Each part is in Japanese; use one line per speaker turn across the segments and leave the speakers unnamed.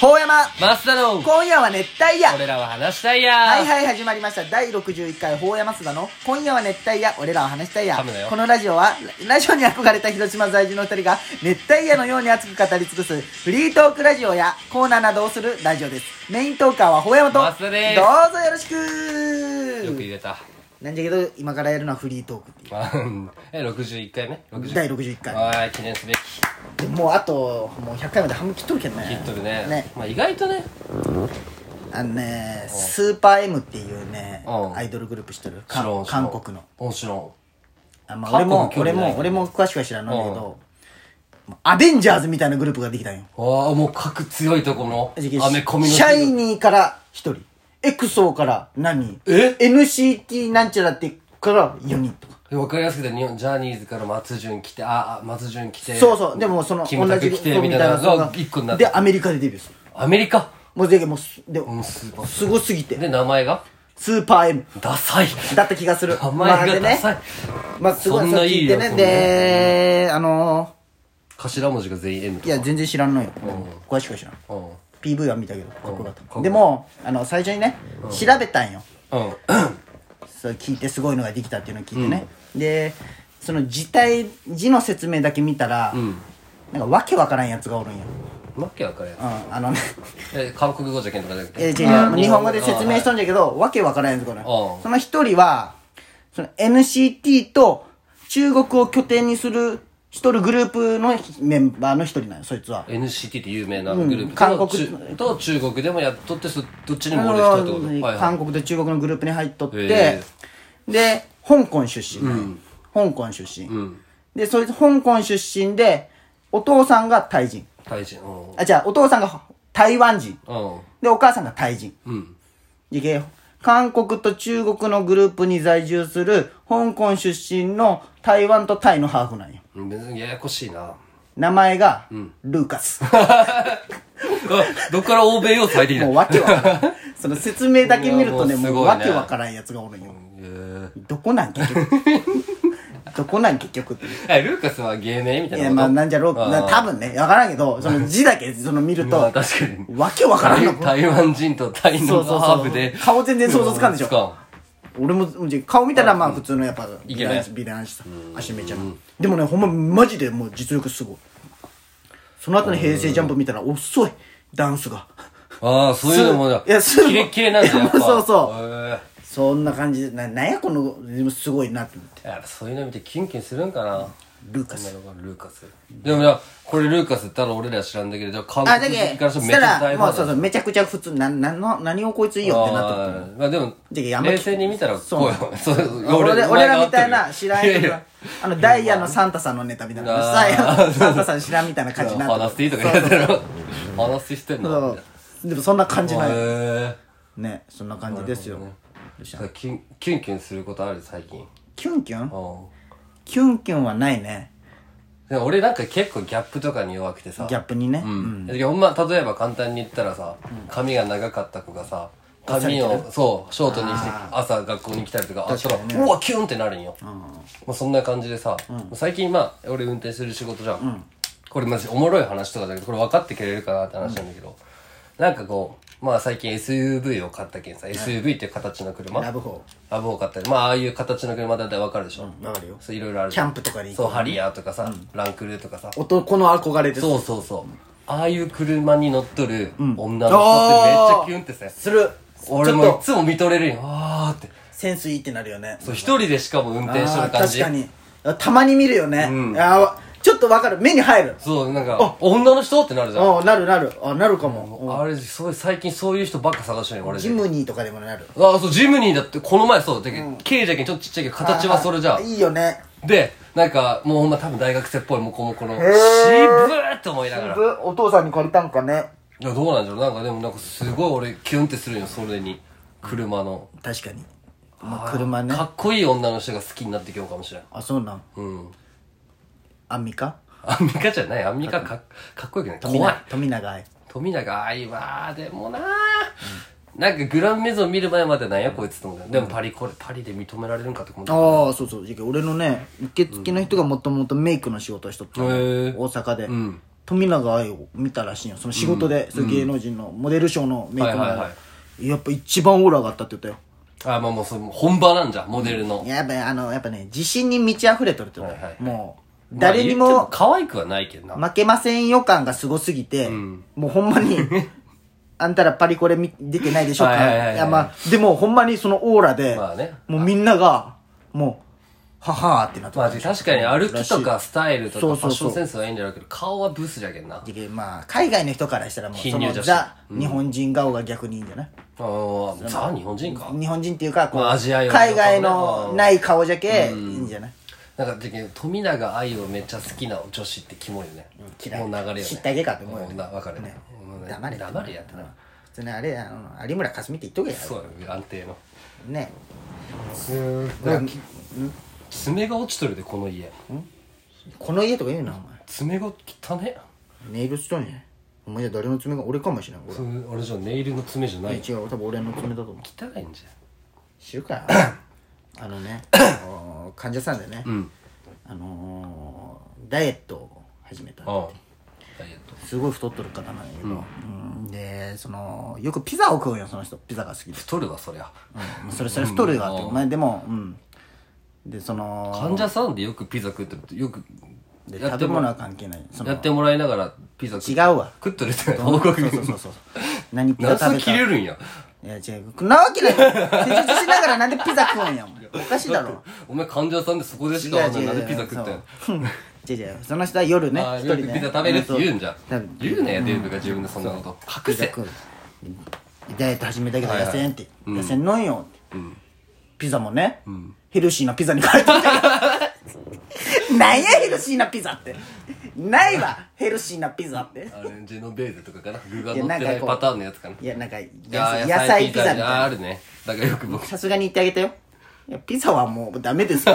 ほうやま
増田の
今夜は熱帯夜
俺らは話したいや
はいはい始まりました第61回ほうやますだの今夜は熱帯夜俺らは話したいや
噛むなよ
このラジオはラジオに憧れた広島在住の二人が熱帯夜のように熱く語り尽くすフリートークラジオやコーナーなどをするラジオですメイントーカーはほうやまと
増田です
どうぞよろし
よく
く
入れた
なんじゃけど今からやるのはフリートークってい
あうんえ61回目
う
60
第61回
はーい記念すべき
でももうあともう100回まで半分切っとるけどね
切っとるね
ね
まあ意外とね
あのねスーパー M っていうね
うん
アイドルグループ知ってる
知らん
韓
知らん
韓国の
もちろん
あ、まあ、俺
韓国
も
興味
俺
ない
も俺も詳しくは知らないんだけどアベンジャーズみたいなグループができたんよ
ああもう核強いとこのアメコミの
シャイニーから一人エクソーから何
え
NCT なんちゃらってから4人とか
わかりやすくて日本ジャニーズから松潤来てああ松潤来て
そうそうでもその
キ
同
ムタク
じ
来てみたいなのが一個になっ
で
て
アメリカでデビューする
アメリカ
もうでもうすで
うんスーパー
すごすぎて
で名前が
スーパー M
ダサい
だった気がする
名前がダサい
まあでねまあすごい
そんな
そう聞いて
いいよ
ね
そんな
であの
頭文字が全員 M
ーい
と
や全然知らんのよ詳しくは知らん
うん
PV は見たけどかっこよかっ
うんかったこ
でもあの最初にね調べたんよ
うん
それ聞いてすごいのができたっていうのを聞いてねでその字体字の説明だけ見たらなんかわけわからんやつがおるんよ
わけわかるやつ
うんあのね
え韓国語じゃけんとかじゃなくて
え違う
あ
日本語で説明しと
あ
んじゃけどわけわからんやつがおるん
うん
その一人はその NCT と中国を拠点にするしとるグループのメンバーの一人なんよそいつは
はい NCT って有名なグループ、
うん韓国
とと中国でもやっとってそどっちに
あ
も
の
おる人ってこと、はいはい、
韓国と中国のグループに入っとって、
へ
で香港出身、香港出身、でそいつ香港出身でお父さんがタイ人
タイ人うん
あじゃあお父さんが台湾人
うん
でお母さんがタイ人
うん
でけ韓国と中国のグループに在住する香港出身の台湾とタイのハーフなんよ
うん別にややこしいな
名前がルーカス、
あどっから欧米要素入ってきた
もうわけわ からんその説明だけ見るとね
いやもうすご
も
いう
わ
ね
けわからんやつがおるんよ、
えー
どこなん結 局どこなん結局っていう
えルーカスは芸名みたい
い
な
やまあなんじゃろう
あー
な多分ねわからんけどその字だけその見ると
まあ確かに
わけわからんの
台湾人とタイ
そ
の
うそうそう
ハーフで
顔全然想像つかんでしょ
うか
俺もじゃ顔見たらまあ普通のやっぱ
イ
美
ケメン
男子美男子さ足めちゃなでもねほんまマジでもう実力すごいその後の平成ジャンプ見たら遅いダンスが
ああそういうのも
いやす
キレッキレなんだやっぱ
いや そうそう
へ
そんな感じでななんやこのでもすごいなって思って
えやっぱそういうの見てキュンキュンするんかな
ルーカス
女の子のルーカスでもじゃあこれルーカスって言ったら俺ら知らんだけどじゃあ韓
あだ
国
け
人から
そ
したら
し
めったち
ら
ゃ大フ
も
ァ
う
ン
そうそうめちゃくちゃ普通なんなんの何をこいついいよってなっとった
あーまあでも
じゃああんま
冷静に見たら
そう
こうよそう
俺
お前が
俺らみたい
合
な
って
知
る
らん
いや
や
い
つ
や
があのダイヤのサンタさんのネタみたいな
あー
サイヤサンタさん知らんみたいな感じにな
話
っ
してていいとか言ってる話してんの
そうでもそんな感じ
へ
ない
え
ねそんな感じですよ
キュンキュンキュンすることある最近
キュンキュン
うん
キュンキュンはないね
でも俺なんか結構ギャップとかに弱くてさ
ギャップにね
うん、だけどほんま例えば簡単に言ったらさ、髪が長かった子がさ髪をそうショートにして朝学校に来たりとかあったら、うわキュンってなるんよ、まあ、そんな感じでさ、最近まあ俺運転する仕事じゃん、これマジおもろい話とかだけどこれ分かってくれるかなって話なんだけど、なんかこうまあ最近 SUV を買ったけんさ SUV っていう形の車
ラブホ
ラブを買ったりまあああいう形の車だったら分かるでしょ、
ーわかるよ
そういろいろある
キャンプとかに行く
そうハリアーとかさ、ランクルーとかさ
男の憧れです
そうそうそう。ああいう車に乗っとる女の
あ
人
ー
ってめっちゃキュンってさ、
する
俺
ちょ
もい
っと
つも見とれるよ。あーって。
センスいいってなるよね
そう、一人でしかも運転して
あ
る
ー
感じ。
確かにたまに見るよね
うん
あーちょっとわかる目に入る
そう、なんか、女の人ってなるじゃん。
ああなるなるあなるかも
あれ、そう最近そういう人ばっか探してるよ、俺
ジ
で。
ムニーとかでもなる
ああ、そう、ジムニーだって、この前そう、だけど、K じゃけんちょっとちっちゃいけど、形はそれじゃ
あーいいよね
ん。で、なんか、もうほんま多分大学生っぽいモコモコの、渋ーって思いながら。
お父さんに借りたんかね
いやどうなんじゃろうなんかでもなんかすごい俺キュンってするよ、それに。車の。
確かにまあ車ね
かっこいい女の人が好きになってきようかもしれん
あそうなん
うん
アンミカ
アンミカじゃないアンミカかかっこよくない
富永
怖い
富永愛
富永愛はでもな、なんかグランメゾン見る前までなんやこいつと思ってでもパリこれパリで認められるんかと思って
ああそうそうじゃけ俺のね受付の人がもともとメイクの仕事をしとったの
へえ
大阪で、富永愛を見たらしいよその仕事で、そういう芸能人のモデルショーのメイクの、
はいはいは
やっぱ一番オーラがあったって言ったよ
あ、まあもうその本場なんじゃ、モデルの。
やっぱあのやっぱね自信に満ち溢れとるって言ったよ、
はいはい
もう誰にも、
まあ言って可愛くはないけどな。
負けません予感がすごすぎて、もうほんま に、あんたらパリコレ見出てないでしょか
はいはいはいはい
いやまあ、でもほんまにそのオーラで、
まあね
もうみんなが、もう、ははーってなって
まあ確かに歩きとかスタイルとかフ
そう
ァ
そ
ッ
う
シ
そ
ョ
う
ンセンスはいいんだろうけど、顔はブスじゃけんな。
でまあ、海外の人からしたらもう、
貧
そ
乳
の
女子
ザ、日本人顔が逆にいいんじゃない
ああ、ザ日本人か。
日本人っていうか、こう、
まあアジアよりも
海外のない顔じゃけ、いいんじゃない
なんかだけど富永愛をめっちゃ好きな女子ってキモいよね。
嫌い
もう流れよね。
知ってあげかって思うよね
もなわかるね。もうね
黙れって
黙れやってな。
普通にあれ、あの、有村架純って言っとけや。
そうだよ、安定の。
ね。
なんかき爪が落ちとるで、この家。
この家とか言うな、お前。
爪が汚ね。
ネイルしとんや。お前じゃ誰の爪が俺かもしれない。俺
それ俺じゃネイルの爪じゃない。
違う多分俺の爪だと思う
汚いんじ
知る かあのねあの患者さんでね、
ゃん。うん。
あのーダイエットを始めた
ああ。ダイエット。
すごい太っとる方なんやけど、うんでそのよくピザを食うんよその人ピザが好きで、
太るわ、そりゃ。
うん、それそれ太るよって
うん
お前でもうんでその
患者さんでよくピザ食ってるって、よく
で
や
食
っ
べ
ても
物
ら
は関係ないその
やってもらいながらピザ食
違
っ
うわ
食っとるって
そ
報
う
告
そうそうそう何ピザ
夏
食べた
切れるんや。
いや違うなわけない施術しながらなんでピザ食うんやお前おかしいだろ
お前患者さんでそこでしか
違
わ
う
かん
違
な
う
い
違
なん
う
でピザ食ったよ。
そううん違う違うその人は夜ね
ああ
一
よ
人
く
で
ピザ食べるって言うんじゃん
そう多分。
言うなよ、デーブが自分でそんなこと。隠
ピザ
せ。
食うダイエット始めたけど
はいはい
痩せんって痩せんのんよってピザもねヘルシーなピザに変えた なんやヘルシーなピザってないわヘルシーなピザって
あれ、ジェノベーゼとかかな具が
い
乗
やな
って
んか
ない
こう
パターンのやつかな。
いやなんか野
あー
菜野菜ピザみたい
あーあ
な
るね。だからよく僕、
さすがに言ってあげたよいやピザはもうダメですよ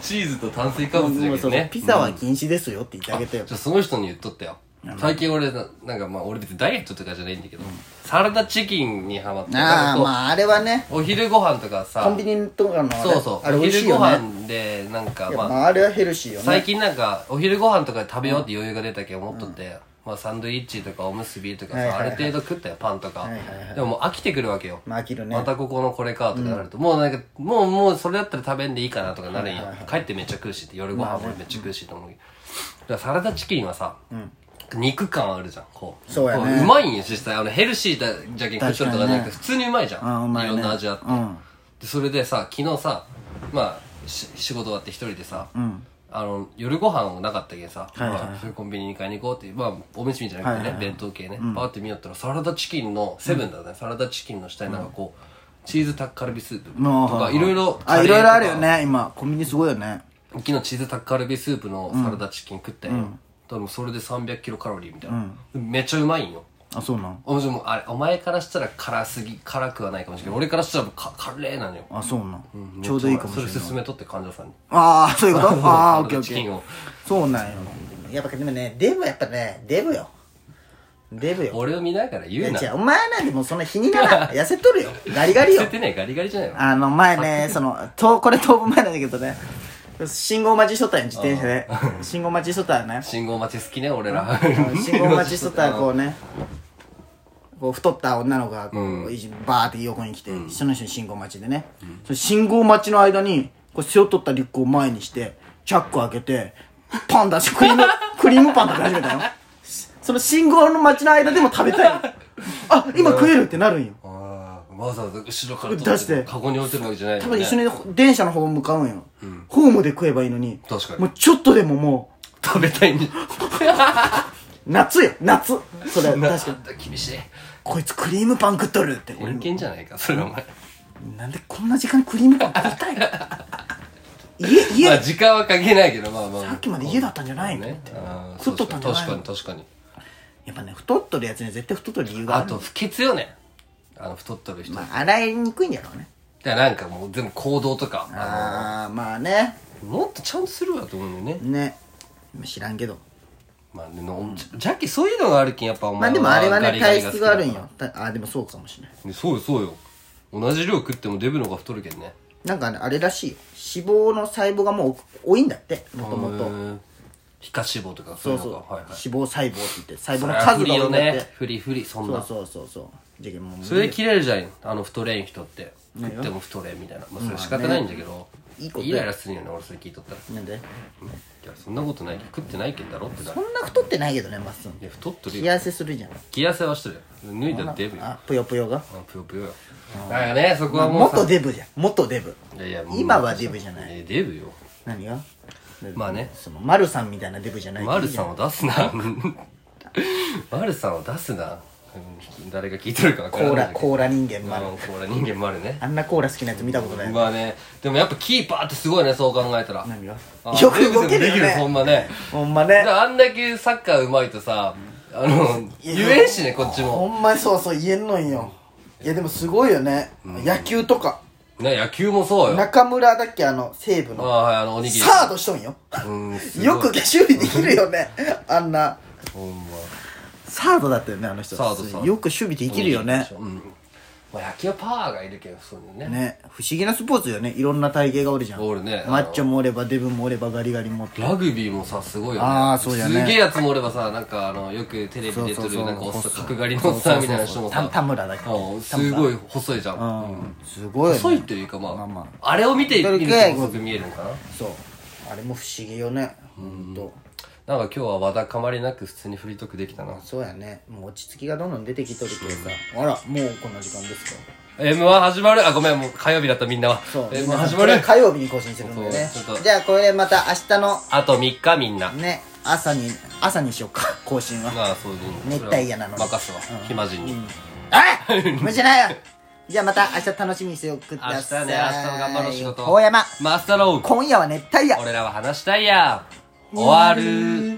チーズと炭水化物だ
もう
け
そうそ
ど
う
ね。
ピザは禁止ですよって言ってあげたよ
じゃあその人に言っとったよ。最近俺な、なんかまあ俺別にダイエットとかじゃないんだけど、サラダチキンにハマって、
あ
な
あ
んかこう
まああれはね
お昼ご飯とかさ、
コンビニとかのあれ
そうそう。
あれ
お
美味し
昼
い
ご
よね
飯で、なんか、
いや
ま
ま
あ、
ああれはヘルシーよ
最
ね
近なんか、お昼ご飯とかで食べようって余裕が出たけど思っとって、まあ、サンドイッチとかおむすびとかさ、
はいはいはい
ある程度食ったよ、パンとか。
いはい
でももう飽きてくるわけよ。
まあ飽きるね
またここのこれかとかなると、もうなんか、もうもうそれだったら食べんでいいかなとかなるんや。帰ってめっちゃ食うしって、夜ご飯もめっちゃ食うしと思うけど。だからサラダチキンはさ、肉感あるじゃん、こう。
そうやね
こうまいんよ、実際。あの、ヘルシーだじゃけん食っとるとかじゃな
確かにね
くて、普通にうまいじゃん。
あうまいね
ろんな味あって。
うん
でそれでさ昨日さまあし仕事終わって一人でさ、あの夜ご飯をなかったけんさ、
はいはいはい
まあそういうコンビニに買いに行こうっていうまあおむすびじゃなくてね、
はいはいはい
弁当系ね、パーって見よったらサラダチキンのセブンだね、サラダチキンの下になんかこう、チーズタッカルビスープとかいろいろ
あいろいろあるよね今コンビニすごいよね
昨日チーズタッカルビスープのサラダチキン食ったんよ、多分それで300キロカロリーみたいな、めっちゃうまいんよ
あそうなん
おでもあれお前からしたら辛すぎ辛くはないかもしれない俺からしたらもうかカレーなのよ
あそうなん、ちょうどいいかもしれない
それ勧めとって患者さんに
ああそういうことああオッケーオ
チキン
ッ
を
ケーそうなんよやっぱでもねデブやっぱねデブよデブよ
俺を見ながら
い
言
や
うな
違うお前なんてもうそんな日にならん痩せとるよガリガリよ
捨ててねガリガリじゃないの
あの前ねそのとこれ当分前なんだけどね信号待ちしとったんよ自転車で信号待ちしとったらね
信号待ち好きね俺ら
信号待ちし とったらこうねこう太った女の子がこう、いじバーって横に来て、その人に信号待ちでね、その信号待ちの間にこう背負っとったリュックを前にしてチャック開けてパン出しクリームクリームパン食べ始めたよその信号の待ちの間でも食べたいのあ今食えるってなるんよ
あーわざわざ後ろから
出して
カゴに置いてるわけじゃない
多
の
分
ね
一緒に電車の方向かうんよ、ホームで食えばいいのに
確かに
もうちょっとでもも
食べた いに
う夏よ夏そ れ確かに
厳しい
こいつクリームパン食っとるって
偏見じゃないかそれお前
なんでこんな時間にクリームパン食いた いの家、家、
まあ時間は関係ないけどまあまあ
さっきまで家だったんじゃないの、
ねあー
食っとったんじゃないの
確かに確かに
やっぱね、太っとるやつには絶対太っとる理由があ
あ
る。
と不潔よねあの太ってる人だか
まあ、洗いにくいんやろうね。
らなんかもう全部行動とかあ
あー、まあね。
のもっとちゃんとするわと思うんだよね
ね。知らんけど。
まあねのジャジャッキーそういうのがあるけんやっぱお前
まあでもあれは
ガ
ね、
リガ
体
リ好
質
き
があ
だから
るんよ。たあー、でもそうかもしれない。
ねそうよそうよ同じ量食ってもデブの方が太るけんね
なんかね、あれらしいよ。脂肪の細胞がもう多いんだって、もとも
へ
と。
ー皮下脂肪とかそ
そ
ういうう
そう、
のがはいはい
脂肪細胞って言って細胞の
あ
数
フリ
が多
よ
いんだって、
ねフリフリそん
そう
な
そうそうそうじゃけんもう
それで切れるじゃんあの太れん人って食っても太れんみたいなまあそれ仕方ないんだけど
いいこと
イライラするよね俺それ聞いとったら
なんで
いやそんなことないけど食ってないけんだろってな
こ
る
んな太ってないけどねまっす
い
ぐ
や太っとる
冷
よ
やせするじゃん
着痩せはしてるよ脱いだらデブよ
あぷよぷよが
あぷよぷよよだからねそこはもうさ
元デブじゃん元デブ
いやいやもう
今はデブじゃない
えデブよ
何が
まあね
その丸さんみたいなデブじゃない
マルさんを出 すなマルさんを出すなうん誰が聞いてるか分
コ
か
ーラ
らないんだけど
コーラ人間
まあ
丸
コーラ人間マルね
あんなコーラ好きなやつ見たことない
まあねでもやっぱキーパーってすごいねそう考えたら
何がよ
あ
く動けるよ
できほん
ね
まね
ほんま
だ
ね
からあんだけサッカーうまいとさあの言えんしねこっち
ほ
も
んまにそうそう言えんのんよいやでもすごいよね野球とか
ね野球もそうよ
中村だっけあの西武
あ
の
あはいあのおにぎり
サードしとんよ
うんすごい
よく修理できるよねあんな
ほんま
サードだったよねあの人
サードサード
よく守備できるよね
うんまあ野球はパワーがいるけどそうねね
ね不思議なスポーツよねいろんな体型がおるじゃん
おるね
マッチョもおればデブもおればガリガリもおって
ラグビーもさすごいよね
あーそうやね
すげえやつもおればさなんかあのよくテレビ出てるなんかおっさん角刈りのおっさんみたいな人も
た
さ
田村だっけ
うんすごい細いじゃん
う
うん
んすごいよね
細いというかまあ、
まあま
あ、れを見て見ると細く見えるのか
そうあれも不思議よねほんと
ななんか今日はわだかまりなく普通にフリートークできたな
そうやねもう落ち着きがどんどん出てきとるけどさあらもうこんな時間ですか
M1 始まるあごめんもう火曜日だったみんなは
そう
M1
皆さん
始ま
これ
る
は火曜日に更新するんだよね
そうちょっと
じゃあこれでまた明日の
あと3日みんな
ね朝に朝にしようか更新 は
まあそういう
熱帯夜なのに
任すわ、暇人に、
あ無じゃないよじゃあまた明日楽しみにしておく
明
だ
日
さい
ね明日の頑張ろう仕事
遠山
マスタロー
今夜は熱帯夜
俺らは話したいや終わる